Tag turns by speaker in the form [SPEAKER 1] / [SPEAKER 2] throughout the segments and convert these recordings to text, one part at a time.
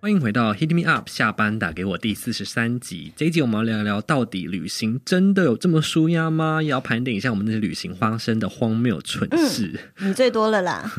[SPEAKER 1] 欢迎回到 Hit Me Up，下班打给我第四十三集。这一集我们要聊聊到底旅行真的有这么舒压吗？也要盘点一下我们那些旅行发生的荒谬蠢事。
[SPEAKER 2] 你最多了啦。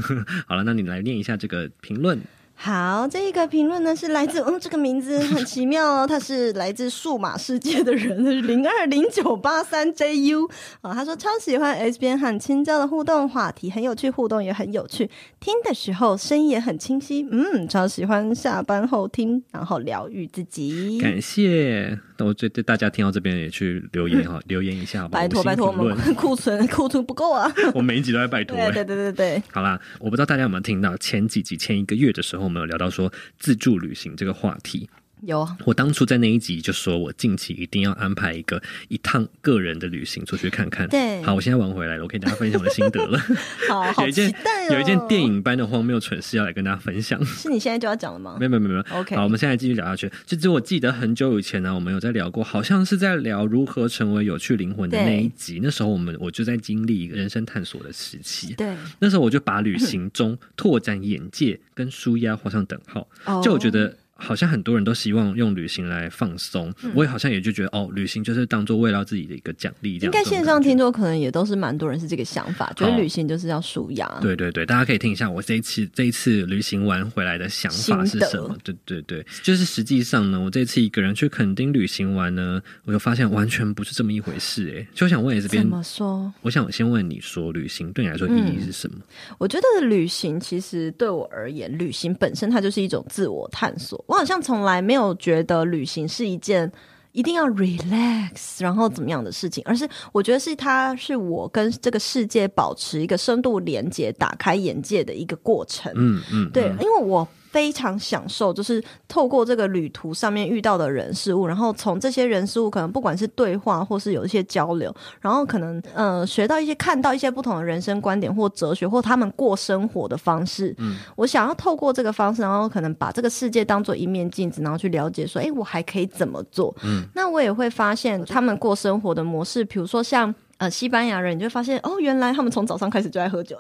[SPEAKER 1] 好了，那你来念一下这个评论。
[SPEAKER 2] 好，这个评论呢是来自，嗯，这个名字很奇妙哦，他是来自数码世界的人，零二零九八三 JU 啊、他说超喜欢 S 边和青椒的互动话题，很有趣，互动也很有趣，听的时候声音也很清晰，嗯，超喜欢下班后听，然后疗愈自己。
[SPEAKER 1] 感谢，那我对对大家听到这边也去留言 哈，留言一下好吧。
[SPEAKER 2] 拜托
[SPEAKER 1] 五星
[SPEAKER 2] 拜托，我
[SPEAKER 1] 评论
[SPEAKER 2] 们库存 库存不够啊！
[SPEAKER 1] 我每一集都在拜托、
[SPEAKER 2] 对
[SPEAKER 1] 欸。
[SPEAKER 2] 对对对对，
[SPEAKER 1] 好啦，我不知道大家有没有听到前几集、前一个月的时候，我们有聊到说自助旅行这个话题。
[SPEAKER 2] 有
[SPEAKER 1] 我当初在那一集就说，我近期一定要安排一个一趟个人的旅行出去看看。
[SPEAKER 2] 对
[SPEAKER 1] 好，我现在玩回来了，我可以跟大家分享我的心得 了。
[SPEAKER 2] 好
[SPEAKER 1] 有
[SPEAKER 2] 好
[SPEAKER 1] 一件
[SPEAKER 2] 期待哦！
[SPEAKER 1] 有一件电影般的荒谬蠢事要来跟大家分享。
[SPEAKER 2] 是你现在就要讲了吗
[SPEAKER 1] 没有没有没有没有。
[SPEAKER 2] ？OK，
[SPEAKER 1] 好，我们现在继续聊下去。就就我记得很久以前呢，我们有在聊过，好像是在聊如何成为有趣灵魂的
[SPEAKER 2] 对
[SPEAKER 1] 那一集。那时候我们我就在经历一个人生探索的时期。
[SPEAKER 2] 对，
[SPEAKER 1] 那时候我就把旅行中拓展眼界跟舒压画上等号，就我觉
[SPEAKER 2] 哦
[SPEAKER 1] 得。好像很多人都希望用旅行来放松，
[SPEAKER 2] 嗯
[SPEAKER 1] 我也好像也就觉得哦，旅行就是当做慰劳自己的一个奖励这样。
[SPEAKER 2] 应该
[SPEAKER 1] 这种
[SPEAKER 2] 线上
[SPEAKER 1] 感觉
[SPEAKER 2] 听众可能也都是蛮多人是这个想法，觉得
[SPEAKER 1] 好
[SPEAKER 2] 旅行就是要舒压。
[SPEAKER 1] 对对对，大家可以听一下我这一次这一次旅行完回来的想法是什么？对对对，就是实际上呢，我这次一个人去垦丁旅行完呢，我就发现完全不是这么一回事诶、就想问 S
[SPEAKER 2] 怎
[SPEAKER 1] 边，
[SPEAKER 2] 么嗯说？
[SPEAKER 1] 我想先问你说，旅行对你来说意义是什么？
[SPEAKER 2] 我觉得旅行其实对我而言，旅行本身它就是一种自我探索。我好像从来没有觉得旅行是一件一定要 relax 然后怎么样的事情，而是我觉得是它是我跟这个世界保持一个深度连接、打开眼界的一个过程。
[SPEAKER 1] 嗯嗯，
[SPEAKER 2] 对，
[SPEAKER 1] 嗯
[SPEAKER 2] 因为我非常享受，就是透过这个旅途上面遇到的人事物，然后从这些人事物，可能不管是对话或是有一些交流，然后可能呃学到一些、看到一些不同的人生观点或哲学，或他们过生活的方式。嗯，我想要透过这个方式，然后可能把这个世界当做一面镜子，然后去了解说，哎，我还可以怎么做？嗯，那我也会发现他们过生活的模式，比如说像。呃，西班牙人你就会发现哦，原来他们从早上开始就在喝酒，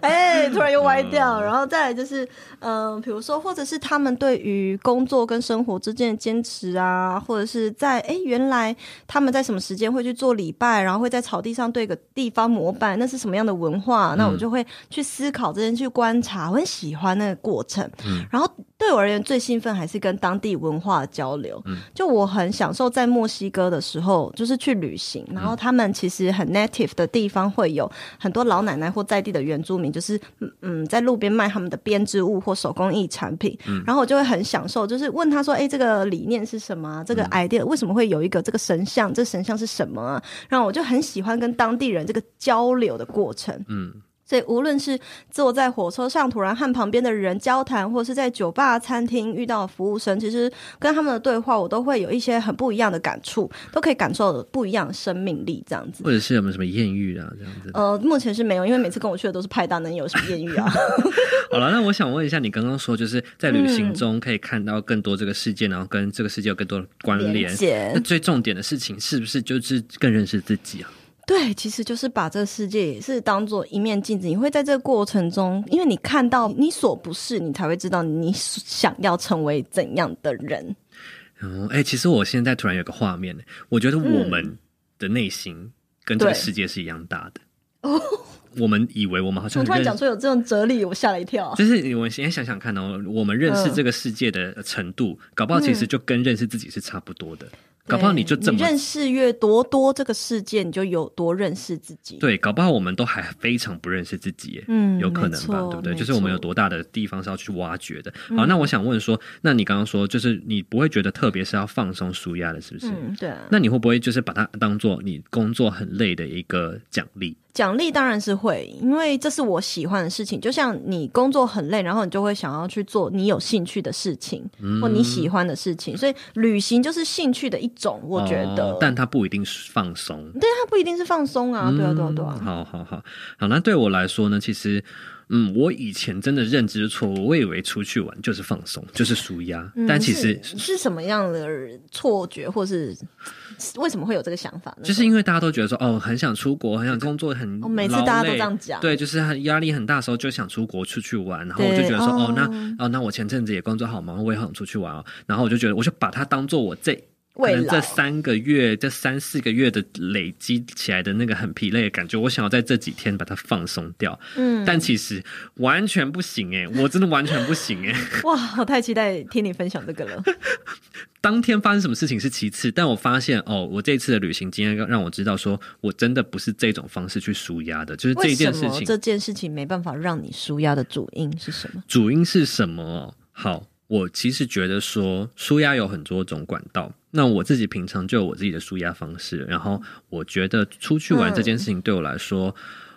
[SPEAKER 2] 哎，突然又歪掉，然后再来就是，嗯、比如说，或者是他们对于工作跟生活之间的坚持啊，或者是在哎，原来他们在什么时间会去做礼拜，然后会在草地上对个地方膜拜，那是什么样的文化？那我就会去思考这些，去观察，我很喜欢那个过程。然后对我而言，最兴奋还是跟当地文化的交流。就我很享受在墨西哥的时候，就是去旅行，然后他们其实很 native 的地方会有很多老奶奶或在地的原住民，就是嗯嗯，在路边卖他们的编织物或手工艺产品，然后我就会很享受，就是问他说：“哎、这个理念是什么啊、这个 idea 为什么会有一个这个神像？这神像是什么啊？”然后我就很喜欢跟当地人这个交流的过程。
[SPEAKER 1] 嗯
[SPEAKER 2] 所以，无论是坐在火车上突然和旁边的人交谈，或是在酒吧、餐厅遇到服务生，其实跟他们的对话，我都会有一些很不一样的感触，都可以感受不一样的生命力，这样子。
[SPEAKER 1] 或者是有没有什么艳遇啊这样子？
[SPEAKER 2] 呃，目前是没有，因为每次跟我去的都是派大男友什么艳遇啊。
[SPEAKER 1] 好了，那我想问一下，你刚刚说就是在旅
[SPEAKER 2] 嗯
[SPEAKER 1] 行中可以看到更多这个世界，然后跟这个世界有更多的关联
[SPEAKER 2] 连。接
[SPEAKER 1] 那最重点的事情是不是就是更认识自己啊？
[SPEAKER 2] 对，其实就是把这个世界也是当做一面镜子，你会在这个过程中，因为你看到你所不是，你才会知道你想要成为怎样的人。
[SPEAKER 1] 哦，哎、其实我现在突然有个画面，我觉得我们的内心跟这个
[SPEAKER 2] 对
[SPEAKER 1] 世界是一样大的。我们以为我们好
[SPEAKER 2] 嗯哦我
[SPEAKER 1] 像
[SPEAKER 2] 突然
[SPEAKER 1] 认
[SPEAKER 2] 讲出有这种哲理，我吓了一跳。
[SPEAKER 1] 就是我先想想看哦，我们认识
[SPEAKER 2] 嗯
[SPEAKER 1] 这个世界的程度，搞不好其实就跟认识自己是差不多的。搞不好你就
[SPEAKER 2] 对
[SPEAKER 1] 这么
[SPEAKER 2] 你认识越多多这个世界，你就有多认识自己。，
[SPEAKER 1] 对，搞不好我们都还非常不认识自己耶。
[SPEAKER 2] 嗯，
[SPEAKER 1] 有可能
[SPEAKER 2] 没
[SPEAKER 1] 吧，
[SPEAKER 2] 错
[SPEAKER 1] 对不对？
[SPEAKER 2] 没
[SPEAKER 1] 就是我们有
[SPEAKER 2] 错嗯
[SPEAKER 1] 多大的地方是要去挖掘的。好，那我想问说，那你刚刚说，就是你不会觉得特别是要放松舒压的，是不是？
[SPEAKER 2] 嗯，对啊，
[SPEAKER 1] 那你会不会就是把它当做你工作很累的一个奖励？
[SPEAKER 2] 奖励当然是会，因为这是我喜欢的事情。就像你工作很累，然后你就会想要去做你有兴趣的事情、
[SPEAKER 1] 嗯
[SPEAKER 2] 或你喜欢的事情，所以旅行就是兴趣的一种，我觉得。
[SPEAKER 1] 哦但它不一定是放松。
[SPEAKER 2] 啊
[SPEAKER 1] 嗯
[SPEAKER 2] 但它不一定是放松啊，对啊，对啊，对啊。
[SPEAKER 1] 好好好好，那对我来说呢，其实。嗯，我以前真的认知错误，我以为出去玩就是放松，就是舒压，
[SPEAKER 2] 嗯
[SPEAKER 1] 但其实
[SPEAKER 2] 是是什么样的错觉，或是是为什么会有这个想法呢？
[SPEAKER 1] 就是因为大家都觉得说，哦，很想出国，很想工作，很
[SPEAKER 2] 哦每次
[SPEAKER 1] 劳累
[SPEAKER 2] 大家都这样讲
[SPEAKER 1] 对，就是很压力很大的时候就想出国出去玩，然后
[SPEAKER 2] 对
[SPEAKER 1] 我就觉得说，
[SPEAKER 2] 哦
[SPEAKER 1] 哦，那哦那我前阵子也工作好忙，我也好想出去玩哦，然后我就觉得我就把它当做我这可
[SPEAKER 2] 未
[SPEAKER 1] 能
[SPEAKER 2] 老
[SPEAKER 1] 这三个月、这三四个月的累积起来的那个很疲累的感觉，我想要在这几天把它放松掉，
[SPEAKER 2] 嗯，
[SPEAKER 1] 但其实完全不行哎、我真的完全不行哎、
[SPEAKER 2] 哇，我太期待听你分享这个了。
[SPEAKER 1] 当天发生什么事情是其次，但我发现哦，我这次的旅行经验让我知道说，我真的不是这种方式去舒压的， 就是这
[SPEAKER 2] 为
[SPEAKER 1] 一
[SPEAKER 2] 什
[SPEAKER 1] 件事
[SPEAKER 2] 么
[SPEAKER 1] 情
[SPEAKER 2] 这件事情没办法让你舒压的主因是什么？
[SPEAKER 1] 主因是什么哦？好，我其实觉得说，舒压有很多种管道。那我自己平常就有我自己的舒压方式，然后我觉得出去玩
[SPEAKER 2] 嗯
[SPEAKER 1] 这件事情对我来说，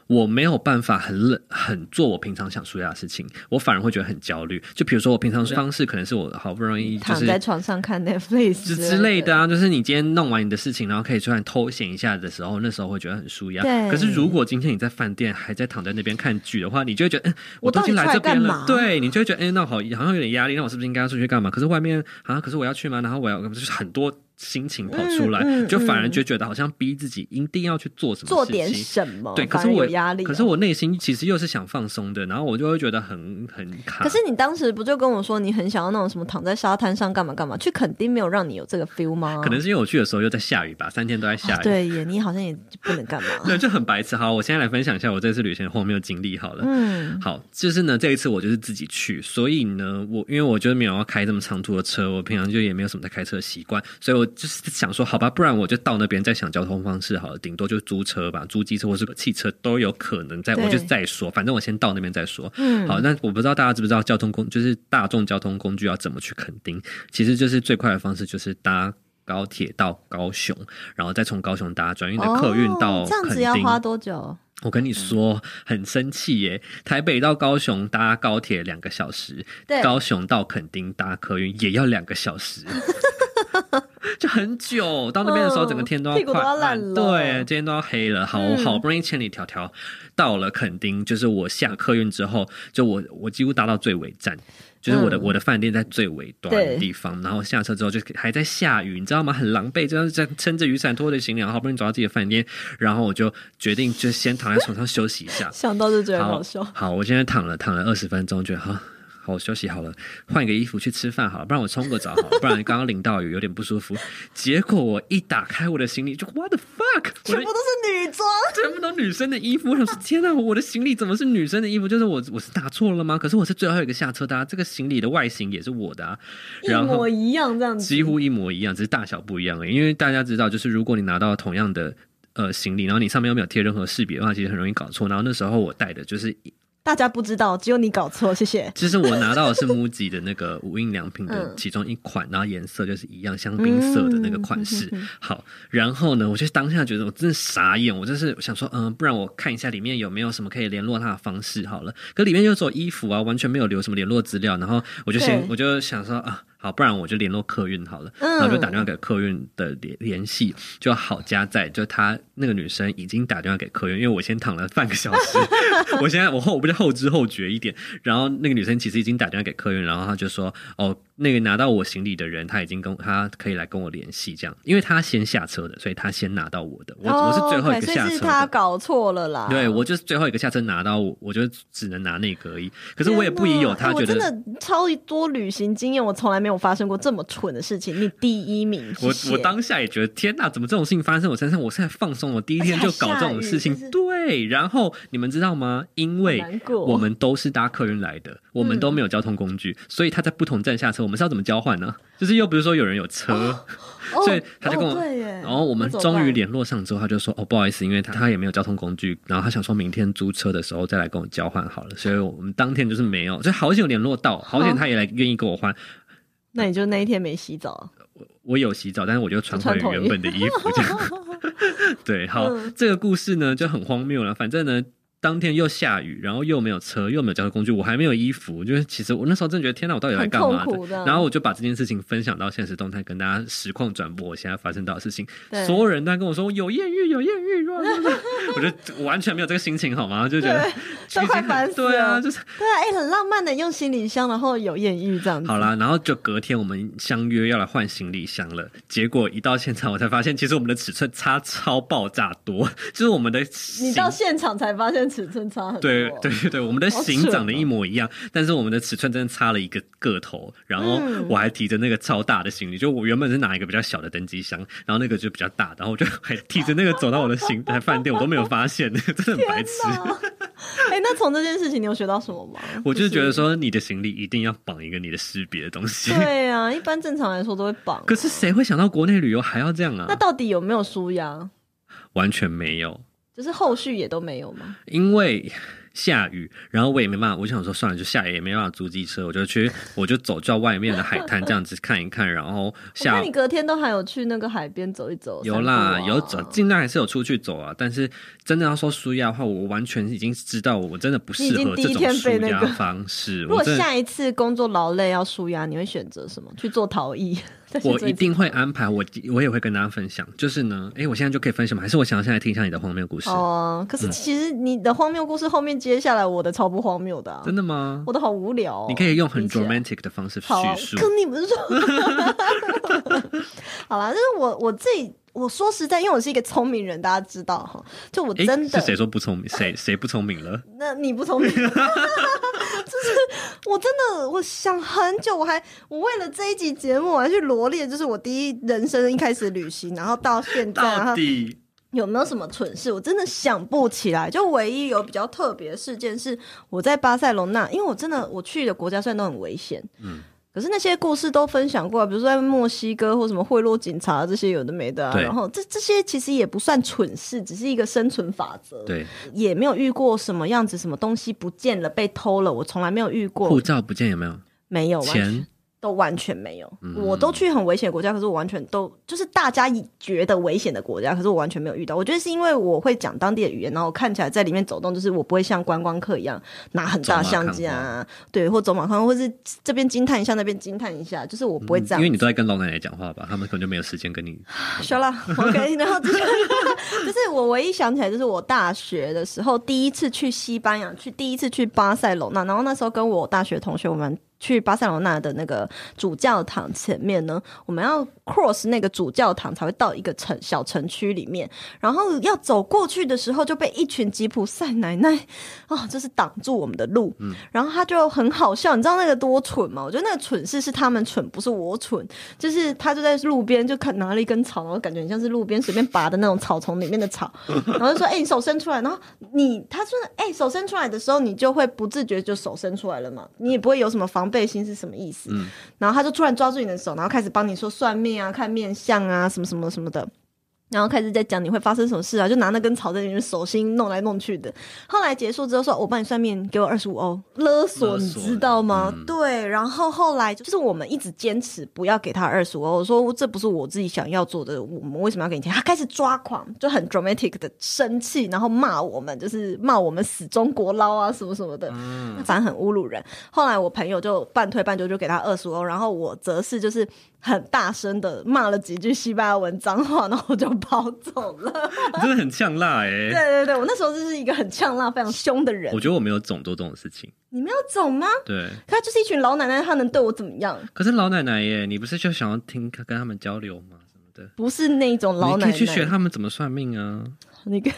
[SPEAKER 1] 我没有办法很冷很做我平常想舒压的事情，我反而会觉得很焦虑。就比如说我平常方式可能是我好不容易就
[SPEAKER 2] 啊躺
[SPEAKER 1] 是
[SPEAKER 2] 在床上看 Netflix
[SPEAKER 1] 之之类的啊，就是你今天弄完你的事情，然后可以突然偷闲一下的时候，那时候会觉得很舒压。
[SPEAKER 2] 对
[SPEAKER 1] 可是如果今天你在饭店还在躺在那边看剧的话，你就会觉得，嗯，
[SPEAKER 2] 我
[SPEAKER 1] 都
[SPEAKER 2] 到
[SPEAKER 1] 已
[SPEAKER 2] 底
[SPEAKER 1] 经来这边
[SPEAKER 2] 出来干
[SPEAKER 1] 了
[SPEAKER 2] 嘛，
[SPEAKER 1] 对你就会觉得，哎、那好，好像有点压力，那我是不是应该要出去干嘛？可是外面啊，可是我要去吗？然后我要就是很多心情跑出来，
[SPEAKER 2] 嗯嗯
[SPEAKER 1] 就反而就觉得好像逼自己一定要去做什么
[SPEAKER 2] 做
[SPEAKER 1] 事
[SPEAKER 2] 点
[SPEAKER 1] 情
[SPEAKER 2] 什么，
[SPEAKER 1] 对，可
[SPEAKER 2] 反
[SPEAKER 1] 是
[SPEAKER 2] 而
[SPEAKER 1] 我
[SPEAKER 2] 有压力哦、
[SPEAKER 1] 可是我内心其实又是想放松的，然后我就会觉得很很卡。
[SPEAKER 2] 可是你当时不就跟我说你很想要那种什么躺在沙滩上干嘛干嘛？去垦丁没有让你有这个 feel 吗？
[SPEAKER 1] 可能是因为我去的时候又在下雨吧，三天都在下
[SPEAKER 2] 哦
[SPEAKER 1] 雨。
[SPEAKER 2] 对耶，你好像也不能干嘛。
[SPEAKER 1] 对，就很白痴。好，我现在来分享一下我这次旅行的荒谬经历好了。
[SPEAKER 2] 嗯，
[SPEAKER 1] 好，就是呢，这一次我就是自己去，所以呢，我因为我就是没有要开这么长途的车，我平常就也没有什么在开车的习惯，所以我就是想说，好吧，不然我就到那边再想交通方式好了，顶多就租车吧，租机车或是汽车都有可能在，
[SPEAKER 2] 对
[SPEAKER 1] 我就再说，反正我先到那边再说。
[SPEAKER 2] 嗯
[SPEAKER 1] 好，那我不知道大家知不知道交通工，就是大众交通工具要怎么去垦丁，其实就是最快的方式就是搭。高铁到高雄，然后再从高雄搭转运的客运到
[SPEAKER 2] 哦、这样
[SPEAKER 1] 垦
[SPEAKER 2] 子要
[SPEAKER 1] 丁。
[SPEAKER 2] 花多久？
[SPEAKER 1] 我跟你说，很生气耶！台北到高雄搭高铁两个小时，
[SPEAKER 2] 对，
[SPEAKER 1] 高雄到垦丁搭客运也要两个小时， 就很久。到那边的时候，
[SPEAKER 2] 嗯
[SPEAKER 1] 整个天都要
[SPEAKER 2] 屁股都
[SPEAKER 1] 快
[SPEAKER 2] 要烂
[SPEAKER 1] 烂
[SPEAKER 2] 了
[SPEAKER 1] 对，今天都要黑了。好，我
[SPEAKER 2] 嗯
[SPEAKER 1] 好不容易千里迢迢到了垦丁，就是我下客运之后，就我我几乎搭到最尾站。就是我的、
[SPEAKER 2] 嗯
[SPEAKER 1] 我的饭店在最尾端的
[SPEAKER 2] 对。
[SPEAKER 1] 地方，然后下车之后就还在下雨，你知道吗？很狼狈，就是这样撑着雨伞拖着行李，然后好不容易找到自己的饭店，然后我就决定就先躺在床上休息一下
[SPEAKER 2] 想到就觉得很好笑。
[SPEAKER 1] 好，我现在躺了躺了二十分钟，觉得好。好，我休息好了，换一个衣服去吃饭好了，不然我冲个澡好了，不然刚刚淋到雨有点不舒服。结果我一打开我的行李，就 what the fuck，我
[SPEAKER 2] 全
[SPEAKER 1] 的
[SPEAKER 2] 部都是女装，
[SPEAKER 1] 全部都女生的衣服，我想 说天哪，我的行李怎么是女生的衣服？就是我我是打错了吗？可是我是最后一个下车的、啊，这个行李的外形也是我的啊，
[SPEAKER 2] 一
[SPEAKER 1] 然后
[SPEAKER 2] 模一样这样子。
[SPEAKER 1] 几乎一模一样，只是大小不一样而已。因为大家知道，就是如果你拿到同样的呃行李，然后你上面又没有贴任何识别的话，其实很容易搞错。然后那时候我带的就是，
[SPEAKER 2] 大家不知道，只有你搞错，谢谢。
[SPEAKER 1] 其实我拿到的是 MUJI 的那个无印良品的
[SPEAKER 2] 嗯
[SPEAKER 1] 其中一款，然后颜色就是一样香槟色的那个款式。
[SPEAKER 2] 嗯
[SPEAKER 1] 好，然后呢，我就当下觉得我真的傻眼，我就是想说，嗯，不然我看一下里面有没有什么可以联络他的方式好了。可里面就只有衣服啊，完全没有留什么联络资料。然后我就先
[SPEAKER 2] 对
[SPEAKER 1] 我就想说啊，好，不然我就联络客运好了。
[SPEAKER 2] 嗯
[SPEAKER 1] 然后就打电话给客运的联联系，就好加在就她那个女生已经打电话给客运，因为我先躺了半个小 时，我现在我后我不就后知后觉一点，然后那个女生其实已经打电话给客运，然后她就说哦，那个拿到我行李的人他已经跟她可以来跟我联系这样，因为她先下车的，所以她先拿到我的，我、我是最后一个
[SPEAKER 2] 哦，OK，
[SPEAKER 1] 下
[SPEAKER 2] 所以
[SPEAKER 1] 车
[SPEAKER 2] 是他
[SPEAKER 1] 的。
[SPEAKER 2] 搞错了啦。
[SPEAKER 1] 对，我就是最后一个下车拿到我，我就只能拿那个而已。可是我也不
[SPEAKER 2] 天
[SPEAKER 1] 疑
[SPEAKER 2] 哪
[SPEAKER 1] 有他
[SPEAKER 2] 哎
[SPEAKER 1] 觉得，
[SPEAKER 2] 我真的超多旅行经验，我从来没有发生过这么蠢的事情。你第一名，
[SPEAKER 1] 我
[SPEAKER 2] 谢谢
[SPEAKER 1] 我当下也觉得天哪，怎么这种事情发生在我身上？我现在放松，我第一天就搞这种事情，
[SPEAKER 2] 而且还下雨
[SPEAKER 1] 对。然后你们知道吗？因为
[SPEAKER 2] 好难过嗯
[SPEAKER 1] 我们都是搭客运来的，我们都没有交通工具，所以他在不同站下车，我们是要怎么交换呢？就是又不是说有人有车，
[SPEAKER 2] 哦
[SPEAKER 1] 所以他就跟我，
[SPEAKER 2] 哦对耶
[SPEAKER 1] 然后我们
[SPEAKER 2] 那怎么
[SPEAKER 1] 终于
[SPEAKER 2] 办
[SPEAKER 1] 联络上之后，他就说：“
[SPEAKER 2] 嗯
[SPEAKER 1] 哦，不好意思，因为他他也没有交通工具，然后他想说明天租车的时候再来跟我交换好了。”所以我们当天就是没有，就好险有联络到，好险他也来愿意跟我换。
[SPEAKER 2] 那你就那一天没洗澡，
[SPEAKER 1] 我有洗澡，但是我就穿回
[SPEAKER 2] 穿同一
[SPEAKER 1] 原本的衣服，这样。对，好，
[SPEAKER 2] 嗯
[SPEAKER 1] 这个故事呢就很荒谬了。反正呢，当天又下雨，然后又没有车，又没有交通工具，我还没有衣服，就是其实我那时候真的觉得天哪，我到底来干嘛
[SPEAKER 2] 很痛苦的
[SPEAKER 1] 然后我就把这件事情分享到现实动态，跟大家实况转播我现在发生到的事情
[SPEAKER 2] 对，
[SPEAKER 1] 所有人都在跟我说有艳遇，有艳遇，哇哇哇我就完全没有这个心情好吗？就觉得
[SPEAKER 2] 对都快烦死了
[SPEAKER 1] 对啊，就是
[SPEAKER 2] 对啊，哎、很浪漫的，用行李箱，然后有艳遇这样子。
[SPEAKER 1] 好啦，然后就隔天我们相约要来换行李箱了，结果一到现场我才发现，其实我们的尺寸差超爆炸多， 就是我们的
[SPEAKER 2] 你
[SPEAKER 1] 行
[SPEAKER 2] 到现场才发现尺寸差很多。
[SPEAKER 1] 对对对对，我们的
[SPEAKER 2] 好
[SPEAKER 1] 型
[SPEAKER 2] 扯
[SPEAKER 1] 长得一模一样，但是我们的尺寸真的差了一个个头。然后
[SPEAKER 2] 嗯
[SPEAKER 1] 我还提着那个超大的行李，就我原本是拿一个比较小的登机箱，然后那个就比较大，然后我就还提着那个走到我的行来饭店，我都没有发现， 真的很白痴。
[SPEAKER 2] 啊。 哎、那从这件事情你有学到什么吗？
[SPEAKER 1] 我就是觉得
[SPEAKER 2] 是，
[SPEAKER 1] 说，你的行李一定要绑一个你的识别的东西。
[SPEAKER 2] 对啊，一般正常来说都会绑啊、
[SPEAKER 1] 可是谁会想到国内旅游还要这样
[SPEAKER 2] 那
[SPEAKER 1] 啊？
[SPEAKER 2] 到底有没有舒压？
[SPEAKER 1] 完全没有。
[SPEAKER 2] 就是后续也都没有吗？
[SPEAKER 1] 因为下雨，然后我也没办法，我就想说算了，就下雨也没办法租机车，我就去，我就走到外面的海滩这样子看一看，然后
[SPEAKER 2] 我
[SPEAKER 1] 下
[SPEAKER 2] 看哦你隔天都还有去那个海边走一走，
[SPEAKER 1] 有
[SPEAKER 2] 散
[SPEAKER 1] 啦，
[SPEAKER 2] 步啊
[SPEAKER 1] 有走，尽量还是有出去走啊。但是真的要说舒压的话，我完全已经知道我真的不适合
[SPEAKER 2] 你已
[SPEAKER 1] 这
[SPEAKER 2] 经第一
[SPEAKER 1] 种
[SPEAKER 2] 天
[SPEAKER 1] 舒
[SPEAKER 2] 被那
[SPEAKER 1] 压
[SPEAKER 2] 个
[SPEAKER 1] 方式。
[SPEAKER 2] 如
[SPEAKER 1] 我
[SPEAKER 2] 果
[SPEAKER 1] 真的，
[SPEAKER 2] 下一次工作劳累要舒压，你会选择什么？去做陶艺？ 再去
[SPEAKER 1] 我
[SPEAKER 2] 做
[SPEAKER 1] 一
[SPEAKER 2] 次
[SPEAKER 1] 定会安排，我我也会跟大家分享。就是呢，诶，我现在就可以分享吗？还是我想要现在听一下你的荒谬故事？
[SPEAKER 2] 哦。
[SPEAKER 1] 嗯
[SPEAKER 2] 可是其实你的荒谬故事后面接下来我的超不荒谬的、啊，
[SPEAKER 1] 真的吗？
[SPEAKER 2] 我的好无聊、哦。
[SPEAKER 1] 你可以用很
[SPEAKER 2] 比起来
[SPEAKER 1] romantic 的方式叙
[SPEAKER 2] 好啊，
[SPEAKER 1] 述。
[SPEAKER 2] 跟你们说， 好啦，就是我我自己，我说实在，因为我是一个聪明人，大家知道哈，就我
[SPEAKER 1] 诶，
[SPEAKER 2] 真的
[SPEAKER 1] 是谁说不聪明？谁谁不聪明了？
[SPEAKER 2] 那你不聪明，就是我真的我想很久，我还我为了这一集节目，我还去罗列，就是我第一人生一开始旅行，然后 到现在，然后
[SPEAKER 1] 到底
[SPEAKER 2] 有没有什么蠢事？我真的想不起来。就唯一有比较特别的事件是，我在巴塞罗那，因为我真的我去的国家虽然都很危险，嗯，可是那些故事都分享过啊，比如说在墨西哥或什么贿赂警察这些有的没的、啊，
[SPEAKER 1] 对
[SPEAKER 2] 然后这这些其实也不算蠢事，只是一个生存法则，，
[SPEAKER 1] 对
[SPEAKER 2] 也没有遇过什么样子，什么东西不见了被偷了，我从来没有遇过
[SPEAKER 1] 护，照不见有没有？
[SPEAKER 2] 没有完全
[SPEAKER 1] 钱
[SPEAKER 2] 都完全没有。
[SPEAKER 1] 嗯
[SPEAKER 2] 我都去很危险的国家，可是我完全都就是大家以觉得危险的国家，可是我完全没有遇到。我觉得是因为我会讲当地的语言，然后我看起来在里面走动，就是我不会像观光客一样拿很大的相机
[SPEAKER 1] 走马
[SPEAKER 2] 啊，对，或走马看花，或是这边惊叹一下，那边惊叹一下，就是我不会这样
[SPEAKER 1] 因为你都在跟老奶奶讲话吧，他们可能就没有时间跟 你。
[SPEAKER 2] 说了，OK，然后就是 就是我唯一想起来，就是我大学的时候第一次去西班牙，去第一次去巴塞罗那，然后那时候跟我大学同学我们。去巴塞罗那的那个主教堂前面呢，我们要嗯 cross 那个主教堂才会到一个城小城区里面，然后要走过去的时候就被一群吉普赛奶奶哦，就是挡住我们的路。然后他就很好笑，你知道那个多蠢吗？我觉得那个蠢事是他们蠢，不是我蠢。就是他就在路边就看拿了一根草，然后感觉很像是路边随便拔的那种草丛里面的草， 然后就说：“哎、你手伸出来。”然后你他说：“哎、手伸出来的时候，你就会不自觉就手伸出来了嘛，你也不会有什么防备心是什么意思。然后他就突然抓住你的手，然后开始帮你说算命啊、看面相啊、什么什么什么的。然后开始在讲你会发生什么事啊，就拿那根草在你的手心弄来弄去的。后来结束之后说，我帮你算命，给我二十五欧，勒索，
[SPEAKER 1] 勒
[SPEAKER 2] 你
[SPEAKER 1] 索
[SPEAKER 2] 知道吗？对。然后后来就是我们一直坚持不要给他二十五欧，我说这不是我自己想要做的，我们为什么要给你钱？他开始抓狂，就很 dramatic 的生气，然后骂我们，就是骂我们死中国捞啊什么什么的。
[SPEAKER 1] 嗯，
[SPEAKER 2] 反正很侮辱人。后来我朋友就半推半就，就给他二十欧，然后我则是就是很大声的骂了几句西班牙文脏话，然后我就跑走了。
[SPEAKER 1] 你真的很呛辣哎、
[SPEAKER 2] 对对对，我那时候就是一个很呛辣、非常凶的人
[SPEAKER 1] 我。觉得我没有总做这种事情，
[SPEAKER 2] 你没有走吗？
[SPEAKER 1] 对。
[SPEAKER 2] 可他就是一群老奶奶，她能对我怎么样？
[SPEAKER 1] 可是老奶奶耶，你不是就想要听跟他们交流吗？什么的，
[SPEAKER 2] 不是那种老奶
[SPEAKER 1] 你
[SPEAKER 2] 奶。
[SPEAKER 1] 可以去学他们怎么算命啊。
[SPEAKER 2] 你跟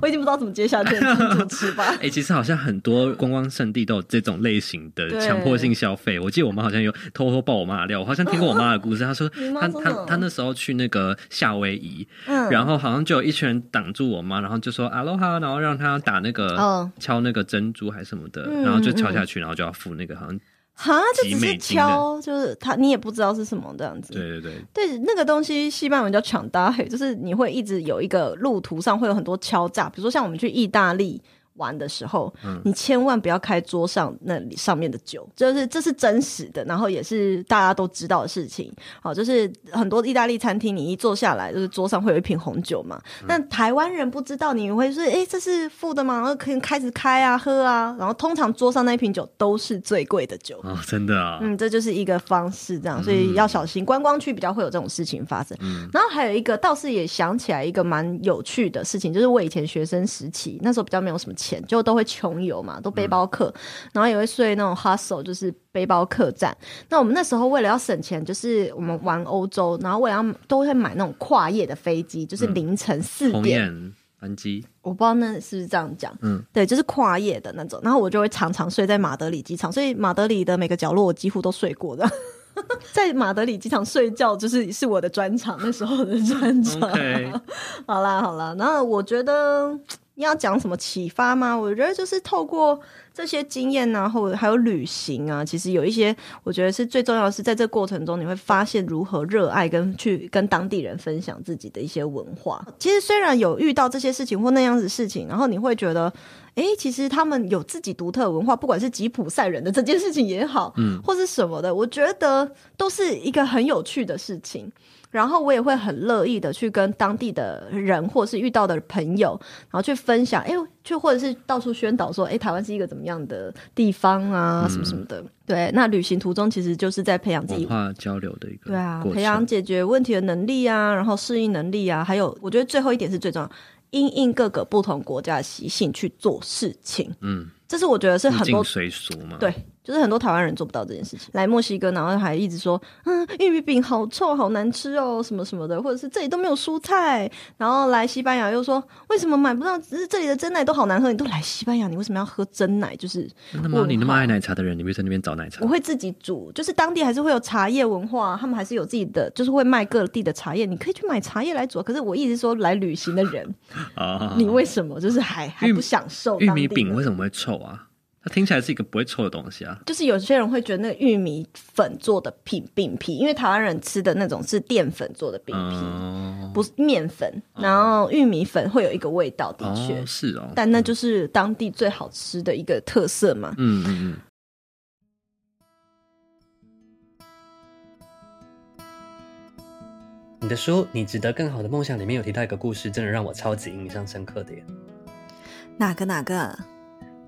[SPEAKER 2] 我已经不知道怎么接下去主持吧。
[SPEAKER 1] 哎、其实好像很多观光圣地都有这种类型的
[SPEAKER 2] 对
[SPEAKER 1] 强迫性消费。我记得我妈好像有偷偷爆我妈的料，我好像听过我妈的故事。她说
[SPEAKER 2] 你妈
[SPEAKER 1] 她
[SPEAKER 2] 真的
[SPEAKER 1] 她
[SPEAKER 2] 哦
[SPEAKER 1] 她那时候去那个夏威夷，
[SPEAKER 2] 嗯，
[SPEAKER 1] 然后好像就有一群人挡住我妈，然后就说阿罗哈，然后让她打那个、
[SPEAKER 2] 嗯
[SPEAKER 1] 敲那个珍珠还是什么的，
[SPEAKER 2] 嗯
[SPEAKER 1] 然后就敲下去，然后就要付那个好像
[SPEAKER 2] 哈，就
[SPEAKER 1] 集
[SPEAKER 2] 只
[SPEAKER 1] 美
[SPEAKER 2] 是
[SPEAKER 1] 金的
[SPEAKER 2] 敲，就是他，你也不知道是什么这样子。
[SPEAKER 1] 对对对，
[SPEAKER 2] 对，那个东西西班牙文叫抢搭嘿，就是你会一直有一个路途上会有很多敲诈，比如说像我们去意大利。玩的时候，你千万不要开桌上那里上面的酒，就是这是真实的，然后也是大家都知道的事情。好，就是很多意大利餐厅，你一坐下来，就是桌上会有一瓶红酒嘛。但台湾人不知道，你会说，哎、这是负的吗？然后可以开始开啊，喝啊。然后通常桌上那一瓶酒都是最贵的酒。
[SPEAKER 1] 哦，真的啊，
[SPEAKER 2] 嗯，这就是一个方式，这样，所以要小心。观光区比较会有这种事情发生。然后还有一个，倒是也想起来一个蛮有趣的事情，就是我以前学生时期，那时候比较没有什么钱，就都会穷游嘛，都背包客，然后也会睡那种 hostel，就是背包客栈。那我们那时候为了要省钱，就是我们玩欧洲，然后为了要都会买那种跨夜的飞机，就是凌晨四
[SPEAKER 1] 鸿
[SPEAKER 2] 点，
[SPEAKER 1] 雁班机，
[SPEAKER 2] 我不知道那是不是这样讲，
[SPEAKER 1] 嗯，
[SPEAKER 2] 对，就是跨夜的那种。然后我就会常常睡在马德里机场，所以马德里的每个角落我几乎都睡过的。 在马德里机场睡觉就是是我的专场，那时候的专场。
[SPEAKER 1] OK
[SPEAKER 2] 好啦好啦，那我觉得你要讲什么启发吗？我觉得就是透过这些经验啊，或者还有旅行啊，其实有一些我觉得是最重要的是，在这过程中你会发现如何热爱跟去跟当地人分享自己的一些文化。其实虽然有遇到这些事情或那样子事情，然后你会觉得。诶，其实他们有自己独特的文化，不管是吉普赛人的这件事情也好，嗯，或是什么的，我觉得都是一个很有趣的事情。然后我也会很乐意的去跟当地的人，或是遇到的朋友，然后去分享，哎，就或者是到处宣导说，哎，台湾是一个怎么样的地方啊，什么什么的。对，那旅行途中其实就是在培养自己
[SPEAKER 1] 文化交流的一个
[SPEAKER 2] 对啊，
[SPEAKER 1] 过
[SPEAKER 2] 培养
[SPEAKER 1] 程。
[SPEAKER 2] 解决问题的能力啊，然后适应能力啊，还有我觉得最后一点是最重要，因应各个不同国家的习性去做事情。
[SPEAKER 1] 嗯，
[SPEAKER 2] 这是我觉得是
[SPEAKER 1] 入
[SPEAKER 2] 很
[SPEAKER 1] 境
[SPEAKER 2] 多
[SPEAKER 1] 随俗嘛，
[SPEAKER 2] 对，就是很多台湾人做不到这件事情。来墨西哥，然后还一直说，嗯，玉米饼好臭，好难吃哦，什么什么的，或者是这里都没有蔬菜。然后来西班牙又说，为什么买不到？只是这里的真奶都好难喝，你都来西班牙，你为什么要喝真奶？就是
[SPEAKER 1] 那么你那么爱奶茶的人，你会在那边找奶茶
[SPEAKER 2] 我？会自己煮，就是当地还是会有茶叶文化，他们还是有自己的，就是会卖各地的茶叶，你可以去买茶叶来煮啊。可是我一直说，来旅行的人，
[SPEAKER 1] 啊，
[SPEAKER 2] 你为什么就是还还
[SPEAKER 1] 玉
[SPEAKER 2] 不享受
[SPEAKER 1] 玉
[SPEAKER 2] 当
[SPEAKER 1] 米
[SPEAKER 2] 地
[SPEAKER 1] 饼
[SPEAKER 2] 的
[SPEAKER 1] 为什么会臭啊？它听起来是一个不会臭的东西啊。
[SPEAKER 2] 就是有些人会觉得那个玉米粉做的饼饼皮，因为台湾人吃的那种是淀粉做的饼皮，
[SPEAKER 1] 嗯，
[SPEAKER 2] 不是面粉，然后玉米粉会有一个味道，的确，
[SPEAKER 1] 哦，是哦，
[SPEAKER 2] 但那就是当地最好吃的一个特色嘛。
[SPEAKER 1] 嗯嗯
[SPEAKER 3] 你的书《你值得更好的梦想》里面有提到一个故事，真的让我超级印象深刻的耶，
[SPEAKER 2] 哪个哪个？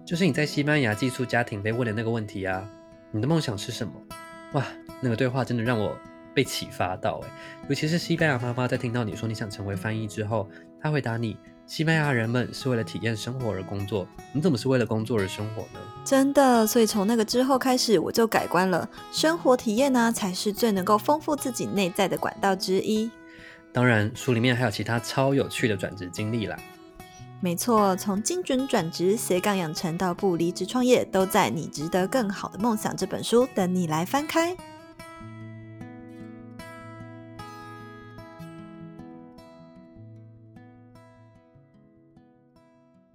[SPEAKER 3] 就是你在西班牙寄宿家庭被问的那个问题啊，你的梦想是什么？哇，那个对话真的让我被启发到哎，尤其是西班牙妈妈在听到你说你想成为翻译之后，她回答你：西班牙人们是为了体验生活而工作，你怎么是为了工作而生活呢？
[SPEAKER 2] 真的，所以从那个之后开始，我就改观了。生活体验呢，才是最能够丰富自己内在的管道之一。
[SPEAKER 3] 当然，书里面还有其他超有趣的转职经历啦。
[SPEAKER 2] 没错，从精准转职、斜杠养成到不离职创业，都在《你值得更好的梦想》这本书等你来翻开。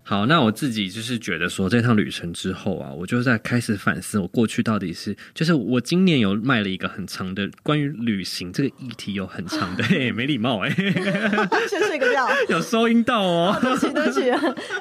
[SPEAKER 1] 好，那我自己就是觉得说，这趟旅程之后啊，我就在开始反思，我过去到底是，就是我今年有卖了一个很长的关于旅行这个议题，有很长的， 嘿没礼貌哎、
[SPEAKER 2] 先睡个觉。
[SPEAKER 1] 有收音到哦。
[SPEAKER 2] 对不起，对不起。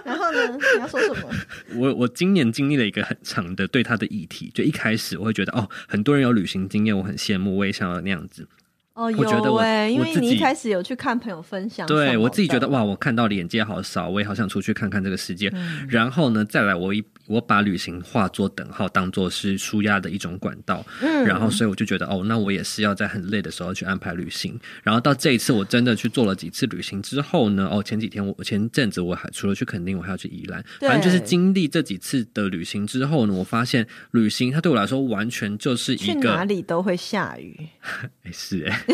[SPEAKER 2] 然后呢？你要说什么？
[SPEAKER 1] 我我今年经历了一个很长的对他的议题，就一开始我会觉得哦，很多人有旅行经验，我很羡慕，我也想要那样子。
[SPEAKER 2] 哦，
[SPEAKER 1] 我觉得
[SPEAKER 2] 有
[SPEAKER 1] 我
[SPEAKER 2] 哎、因
[SPEAKER 1] 我
[SPEAKER 2] 为
[SPEAKER 1] 自
[SPEAKER 2] 你一
[SPEAKER 1] 己
[SPEAKER 2] 开始有去看朋友分享什么的，
[SPEAKER 1] 对我自己觉得哇，我看到的眼界好少，我也好想出去看看这个世界。然后呢，再来我一我把旅行化作等号，当做是舒压的一种管道。
[SPEAKER 2] 嗯，
[SPEAKER 1] 然后所以我就觉得哦，那我也是要在很累的时候去安排旅行。然后到这一次我真的去做了几次旅行之后呢，哦，前几天我我前阵子我还除了去垦丁，我还要去宜兰，
[SPEAKER 2] 对
[SPEAKER 1] 反正就是经历这几次的旅行之后呢，我发现旅行它对我来说完全就是
[SPEAKER 2] 去
[SPEAKER 1] 一
[SPEAKER 2] 哪
[SPEAKER 1] 个
[SPEAKER 2] 里都会下雨，
[SPEAKER 1] 哎是哎、是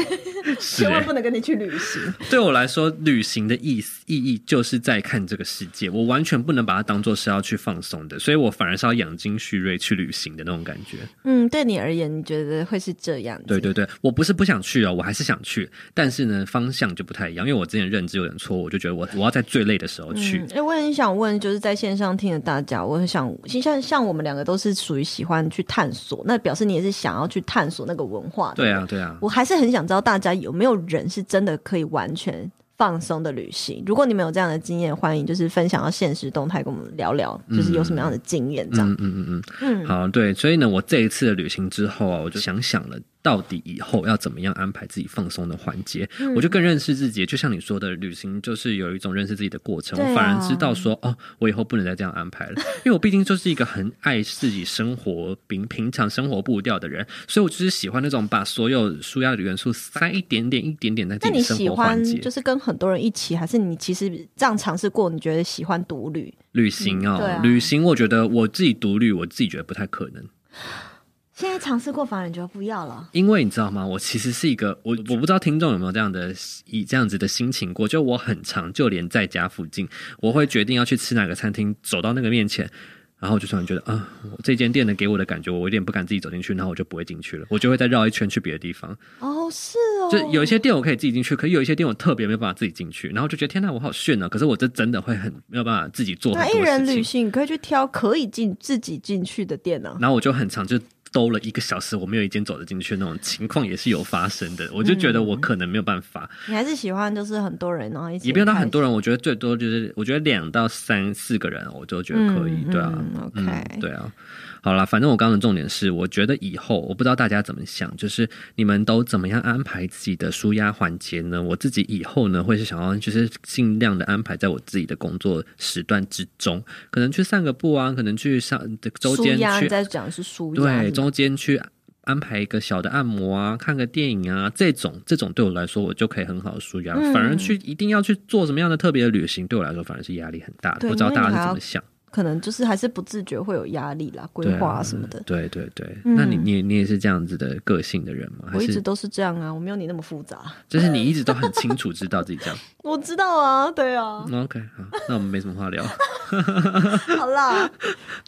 [SPEAKER 2] 千
[SPEAKER 1] 哎、
[SPEAKER 2] 万不能跟你去旅行。
[SPEAKER 1] 对我来说旅行的意思意义就是在看这个世界，我完全不能把它当做是要去放松的，所以我反而是要养精蓄锐去旅行的那种感觉。
[SPEAKER 2] 嗯，对你而言，你觉得会是这样子？
[SPEAKER 1] 对对对，我不是不想去哦，我还是想去，但是呢，方向就不太一样，因为我之前认知有点错误，我就觉得我我要在最累的时候去。
[SPEAKER 2] 嗯，哎、我很想问，就是在线上听的大家，我很想，像像我们两个都是属于喜欢去探索，那表示你也是想要去探索那个文化的。
[SPEAKER 1] 对啊，对啊，
[SPEAKER 2] 我还是很想知道大家有没有人是真的可以完全放松的旅行。如果你们有这样的经验，欢迎就是分享到现实动态跟我们聊聊，就是有什么样的经验这样。
[SPEAKER 4] 嗯嗯嗯
[SPEAKER 2] 嗯
[SPEAKER 4] 嗯，好，对，所以呢，我这一次的旅行之后啊，我就想想了，到底以后要怎么样安排自己放松的环节，
[SPEAKER 2] 嗯
[SPEAKER 4] 我就更认识自己。就像你说的，旅行就是有一种认识自己的过程。
[SPEAKER 2] 对啊
[SPEAKER 4] 我反而知道说，哦，我以后不能再这样安排了，因为我毕竟就是一个很爱自己生活平平常生活步调的人，所以我就是喜欢那种把所有舒压的元素塞一点点、一点点在自
[SPEAKER 2] 那
[SPEAKER 4] 己
[SPEAKER 2] 你
[SPEAKER 4] 的生
[SPEAKER 2] 喜
[SPEAKER 4] 活环
[SPEAKER 2] 欢
[SPEAKER 4] 节。
[SPEAKER 2] 就是跟很多人一起，还是你其实这样尝试过？你觉得喜欢独旅？
[SPEAKER 4] 旅行
[SPEAKER 2] 嗯
[SPEAKER 4] 哦，
[SPEAKER 2] 对啊
[SPEAKER 4] 旅行，我觉得我自己独旅，我自己觉得不太可能。
[SPEAKER 2] 现在尝试过，反而你觉得不要了。
[SPEAKER 4] 因为你知道吗？我其实是一个我我不知道听众有没有这样的以这样子的心情过，就我很常就连在家附近，我会决定要去吃哪个餐厅，走到那个面前，然后我就突然觉得啊，我这间店的给我的感觉，我有点不敢自己走进去，然后我就不会进去了，我就会再绕一圈去别的地方。
[SPEAKER 2] 哦，是哦，
[SPEAKER 4] 就有一些店我可以自己进去，可有一些店我特别没有办法自己进去，然后就觉得天呐，我好炫啊！可是我这真的会很没有办法自己做很
[SPEAKER 2] 那
[SPEAKER 4] 多
[SPEAKER 2] 一人旅
[SPEAKER 4] 事情。
[SPEAKER 2] 行，你可以去挑可以进自己进去的店啊呢、
[SPEAKER 4] 然后我就很常就兜了一个小时，我没有一间走得进去那种情况也是有发生的。我就觉得
[SPEAKER 2] 嗯
[SPEAKER 4] 我可能没有办法，
[SPEAKER 2] 你还是喜欢就是很多人，然后一起，
[SPEAKER 4] 也不用到很多人，我觉得最多就是我觉得两到三四个人，我就觉得可以，
[SPEAKER 2] 嗯
[SPEAKER 4] 对啊。
[SPEAKER 2] 嗯，OK
[SPEAKER 4] 嗯，对啊，好啦，反正我刚刚的重点是，我觉得以后我不知道大家怎么想，就是你们都怎么样安排自己的舒压环节呢？我自己以后呢，会是想要就是尽量的安排在我自己的工作时段之中，可能去散个步啊，可能去上周
[SPEAKER 2] 舒
[SPEAKER 4] 间
[SPEAKER 2] 压，
[SPEAKER 4] 去
[SPEAKER 2] 你在讲的是舒压，
[SPEAKER 4] 对，
[SPEAKER 2] 是吗
[SPEAKER 4] 中间去安排一个小的按摩啊，看个电影啊，这种这种对我来说，我就可以很好的舒压。
[SPEAKER 2] 嗯
[SPEAKER 4] 反而去一定要去做什么样的特别的旅行，对我来说反而是压力很大的。
[SPEAKER 2] 对
[SPEAKER 4] 不知道
[SPEAKER 2] 因为你
[SPEAKER 4] 大家
[SPEAKER 2] 还
[SPEAKER 4] 是
[SPEAKER 2] 要
[SPEAKER 4] 怎么想？
[SPEAKER 2] 可能就是还是不自觉会有压力啦，规
[SPEAKER 4] 对
[SPEAKER 2] 划
[SPEAKER 4] 啊
[SPEAKER 2] 啊什么的。
[SPEAKER 4] 对对对，
[SPEAKER 2] 嗯
[SPEAKER 4] 那你你也你也是这样子的个性的人吗？还
[SPEAKER 2] 我一 直
[SPEAKER 4] 是
[SPEAKER 2] 都是这样啊，我没有你那么复杂。
[SPEAKER 4] 就是你一直都很清楚知道自 己这样
[SPEAKER 2] 我知道啊，对 啊，
[SPEAKER 4] 嗯？OK，好，那我们没什么话聊。
[SPEAKER 2] 好啦，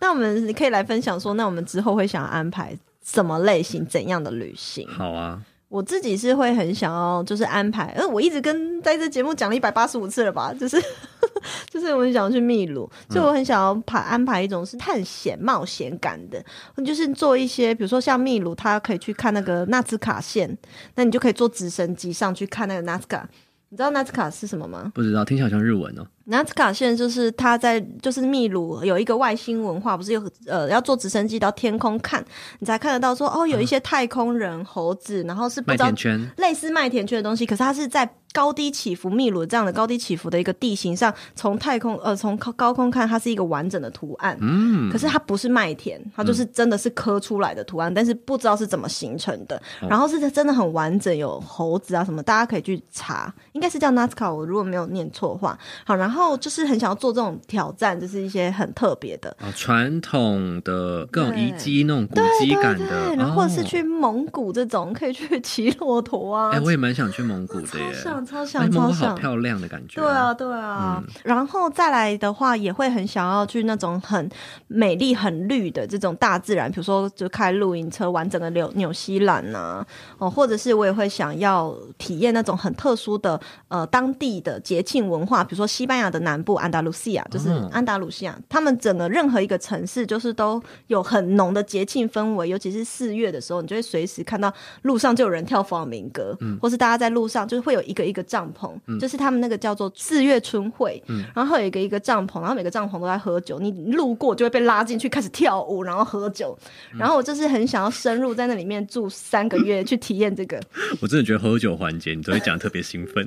[SPEAKER 2] 那我们可以来分享说，那我们之后会想要安排什么类型、怎样的旅行？
[SPEAKER 4] 好啊，
[SPEAKER 2] 我自己是会很想要，就是安排，呃，我一直跟在这节目讲了一百八十五次了吧，就是 就是我很想要去秘鲁，所以我很想要排安排一种是探险冒险感的，就是做一些，比如说像秘鲁，它可以去看那个纳斯卡线，那你就可以坐直升机上去看那个纳斯卡。你知道纳斯卡是什么吗？
[SPEAKER 4] 不知道听起来好像日文哦。
[SPEAKER 2] 纳斯卡线就是它在就是秘鲁有一个外星文化，不是有呃要坐直升机到天空看，你才看得到说哦有一些太空人、猴子，然后是不
[SPEAKER 4] 麦
[SPEAKER 2] 知道
[SPEAKER 4] 田圈，
[SPEAKER 2] 类似麦田圈的东西，可是它是在高低起伏、秘鲁这样的高低起伏的一个地形上，从太空呃从高高空看，它是一个完整的图案。
[SPEAKER 4] 嗯
[SPEAKER 2] 可，是它不是麦田，它就是真的是刻出来的图案，但是不知道是怎么形成的。
[SPEAKER 4] 哦
[SPEAKER 2] 然后是真的很完整，有猴子啊什么，大家可以去查，应该是叫 NASCAR，我如果没有念错的话。好，然后就是很想要做这种挑战，就是一些很特别的。
[SPEAKER 4] 哦传统的各种
[SPEAKER 2] 对
[SPEAKER 4] 遗迹那种古迹
[SPEAKER 2] 对
[SPEAKER 4] 感
[SPEAKER 2] 对，
[SPEAKER 4] 的，
[SPEAKER 2] 哎然后或者是
[SPEAKER 4] 哦
[SPEAKER 2] 去蒙古这种，可以去骑骆驼啊。
[SPEAKER 4] 哎、我也蛮想去蒙古的
[SPEAKER 2] 超
[SPEAKER 4] 耶，
[SPEAKER 2] 想超
[SPEAKER 4] 哎
[SPEAKER 2] 想
[SPEAKER 4] 蒙
[SPEAKER 2] 超
[SPEAKER 4] 古好
[SPEAKER 2] 想！
[SPEAKER 4] 漂亮的感觉、嗯
[SPEAKER 2] 对啊，，对啊，然后再来的话，也会很想要去那种很美丽、很绿的这种大自然，比如说就开露营车玩整个纽纽西兰呐、哦，或者是我也会想要体验那种很特殊的呃当地的节庆文化，比如说西班牙的南部安达卢西亚，就是
[SPEAKER 4] 哦
[SPEAKER 2] 安达卢西亚，他们整个任何一个城市就是都有很浓的节庆氛围，尤其是四月的时候，你就会随时看到路上就有人跳弗朗明哥，或是大家在路上就是会有一个一个帐篷，就是他们那个叫做四月春会，然后会有一个一个帐篷，然后每个帐篷都在喝酒，你路过就会被拉进去开始跳舞，然后喝酒，然后我就是很想要深入在那里面住三个月去体验这个，
[SPEAKER 4] 我真的觉得喝酒环节你都会讲得特别兴奋。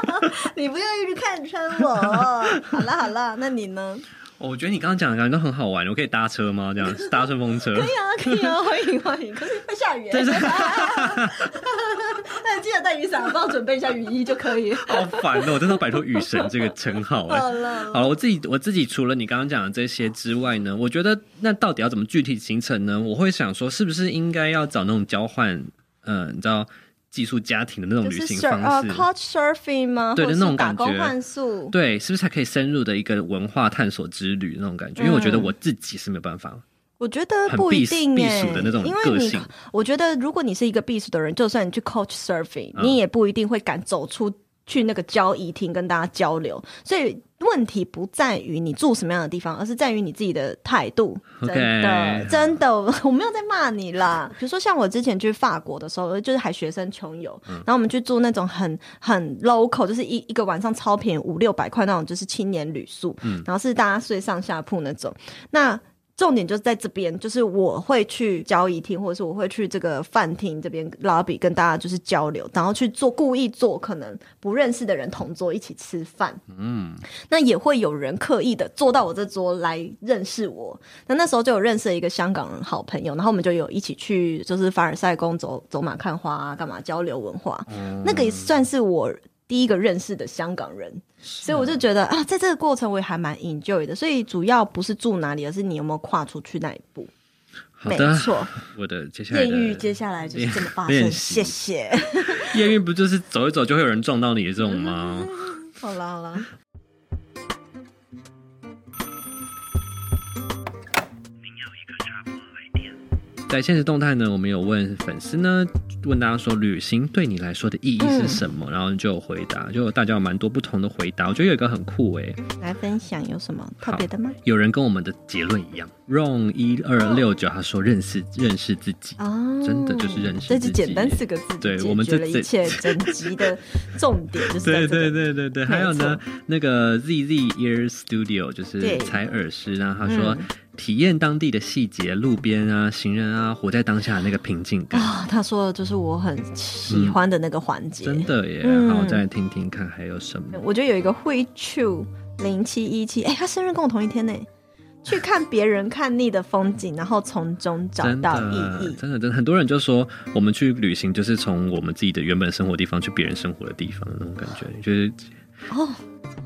[SPEAKER 2] 你不要一直看穿 我，好啦好啦，那你呢？
[SPEAKER 4] 哦我觉得你刚刚讲的感觉都很好玩，我可以搭车吗？这样 搭顺风车？
[SPEAKER 2] 对啊，可以啊，欢迎欢迎，可是会下雨，欸
[SPEAKER 4] 但是
[SPEAKER 2] 那记得带雨伞，帮我准备一下雨衣就可以。
[SPEAKER 4] 好烦哦，我真的要摆脱雨神这个称号 哎。
[SPEAKER 2] 好了，
[SPEAKER 4] 好了，我自己我自己除了你刚刚讲的这些之外呢，我觉得那到底要怎么具体形成呢？我会想说，是不是应该要找那种交换，嗯，你知道寄宿家庭的那种
[SPEAKER 2] 就
[SPEAKER 4] 旅
[SPEAKER 2] 是
[SPEAKER 4] 行
[SPEAKER 2] sur- 呃
[SPEAKER 4] 方式？
[SPEAKER 2] couch surfing 吗？
[SPEAKER 4] 对
[SPEAKER 2] 或者
[SPEAKER 4] 就那
[SPEAKER 2] 是
[SPEAKER 4] 种
[SPEAKER 2] 打
[SPEAKER 4] 感觉
[SPEAKER 2] 工换宿。
[SPEAKER 4] 对，是不是才可以深入的一个文化探索之旅那种感觉？因为我觉得我自己是没有办法，
[SPEAKER 2] 我觉得
[SPEAKER 4] 很
[SPEAKER 2] 不一
[SPEAKER 4] 避暑
[SPEAKER 2] 定
[SPEAKER 4] 避
[SPEAKER 2] 耶
[SPEAKER 4] 暑的那种
[SPEAKER 2] 因为
[SPEAKER 4] 个
[SPEAKER 2] 你
[SPEAKER 4] 性
[SPEAKER 2] 我觉得如果你是一个避暑的人，就算你去 couch surfing，、
[SPEAKER 4] 嗯
[SPEAKER 2] 你也不一定会敢走出去那个交易厅跟大家交流。所以问题不在于你住什么样的地方，而是在于你自己的态度。真的
[SPEAKER 4] OK
[SPEAKER 2] 真的，我没有在骂你啦。比如说像我之前去法国的时候，就是还学生穷游，
[SPEAKER 4] 嗯
[SPEAKER 2] 然后我们去住那种很很 local，就是一一个晚上超便宜五六百块那种，就是青年旅宿，
[SPEAKER 4] 嗯
[SPEAKER 2] 然后是大家睡上下铺那种。那重点就是在这边，就是我会去交易厅，或者是我会去这个饭厅这边 lobby 跟大家就是交流，然后去做故意做可能不认识的人同桌一起吃饭，
[SPEAKER 4] 嗯，
[SPEAKER 2] 那也会有人刻意的坐到我这桌来认识我。那那时候就有认识一个香港人好朋友，然后我们就有一起去就是凡尔赛宫走走马看花啊，干嘛交流文化，那个也算是我第一个认识的香港人。所
[SPEAKER 4] 所
[SPEAKER 2] 以我就觉得啊，在这个过程我也还蛮 enjoy 的。所以主要不是住哪里，而是你有没有跨出去那一步。
[SPEAKER 4] 好
[SPEAKER 2] 没
[SPEAKER 4] 的，
[SPEAKER 2] 错，
[SPEAKER 4] 我的接下来
[SPEAKER 2] 艳
[SPEAKER 4] 的
[SPEAKER 2] 遇接下来就是这么发生。
[SPEAKER 4] 练
[SPEAKER 2] 谢
[SPEAKER 4] 习
[SPEAKER 2] 谢。
[SPEAKER 4] 艳遇不就是走一走就会有人撞到你的这种吗？
[SPEAKER 2] 嗯好啦好啦，
[SPEAKER 4] 在现实动态呢，我们有问粉丝呢，问大家说旅行对你来说的意义
[SPEAKER 2] 嗯
[SPEAKER 4] 是什么，然后就有回答，就大家有蛮多不同的回答，我觉得有一个很酷诶、
[SPEAKER 2] 来分享有什么特别的吗？
[SPEAKER 4] 有人跟我们的结论一样，Ron 一二六九他说认识认识自己，
[SPEAKER 2] 啊，
[SPEAKER 4] 真的就是认识
[SPEAKER 2] 这
[SPEAKER 4] 自
[SPEAKER 2] 就
[SPEAKER 4] 己
[SPEAKER 2] 简单四个字，
[SPEAKER 4] 对
[SPEAKER 2] 解
[SPEAKER 4] 我们
[SPEAKER 2] 决
[SPEAKER 4] 这
[SPEAKER 2] 了一
[SPEAKER 4] 这
[SPEAKER 2] 切整集的重点就是在
[SPEAKER 4] 对
[SPEAKER 2] 这
[SPEAKER 4] 对
[SPEAKER 2] 个。
[SPEAKER 4] 对对对，
[SPEAKER 2] 没
[SPEAKER 4] 还有呢
[SPEAKER 2] 错，
[SPEAKER 4] 那个 ZZ Ear Studio 就
[SPEAKER 2] 对
[SPEAKER 4] 是采耳师呢，他说
[SPEAKER 2] 嗯
[SPEAKER 4] 体验当地的细节，路边啊、行人啊，活在当下的那个平静感，
[SPEAKER 2] 啊，他说的就是我很喜欢的那个环节。
[SPEAKER 4] 嗯真的耶
[SPEAKER 2] 嗯。
[SPEAKER 4] 好，我再来听听看还有什么。
[SPEAKER 2] 我觉得有一个会 chu 零七一七，哎，他生日跟我同一天呢。去看别人看腻的风景，然后从中找
[SPEAKER 4] 真
[SPEAKER 2] 到
[SPEAKER 4] 的
[SPEAKER 2] 意义。
[SPEAKER 4] 真的真的，很多人就说我们去旅行就是从我们自己的原本生活地方去别人生活的地方那种感觉，就是
[SPEAKER 2] 哦，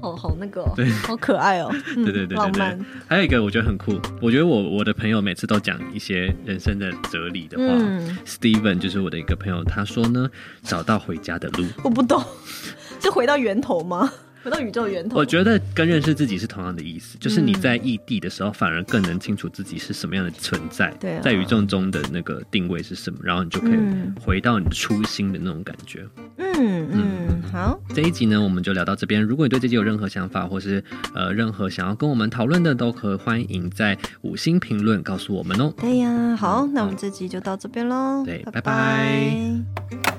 [SPEAKER 2] 好好那个、哦，好可爱 哦。嗯、
[SPEAKER 4] 对对对对
[SPEAKER 2] 浪
[SPEAKER 4] 对
[SPEAKER 2] 漫。。
[SPEAKER 4] 还有一个我觉得很酷，我觉得我我的朋友每次都讲一些人生的哲理的话。
[SPEAKER 2] 嗯，
[SPEAKER 4] Steven 就是我的一个朋友，他说呢，找到回家的路。
[SPEAKER 2] 我不懂，是回到源头吗？回到宇宙源头？
[SPEAKER 4] 我觉得跟认识自己是同样的意思，就是你在异地的时候，反而更能清楚自己是什么样的存在，
[SPEAKER 2] 对啊
[SPEAKER 4] 在宇宙中的那个定位是什么，然后你就可以
[SPEAKER 2] 嗯
[SPEAKER 4] 回到你的初心的那种感觉。
[SPEAKER 2] 嗯嗯，好，
[SPEAKER 4] 这一集呢，我们就聊到这边。如果你对这集有任何想法，或是呃任何想要跟我们讨论的，都可欢迎在五星评论告诉我们哦。
[SPEAKER 2] 对呀，好，那我们这集就到这边喽，
[SPEAKER 4] 对
[SPEAKER 2] 拜
[SPEAKER 4] 拜拜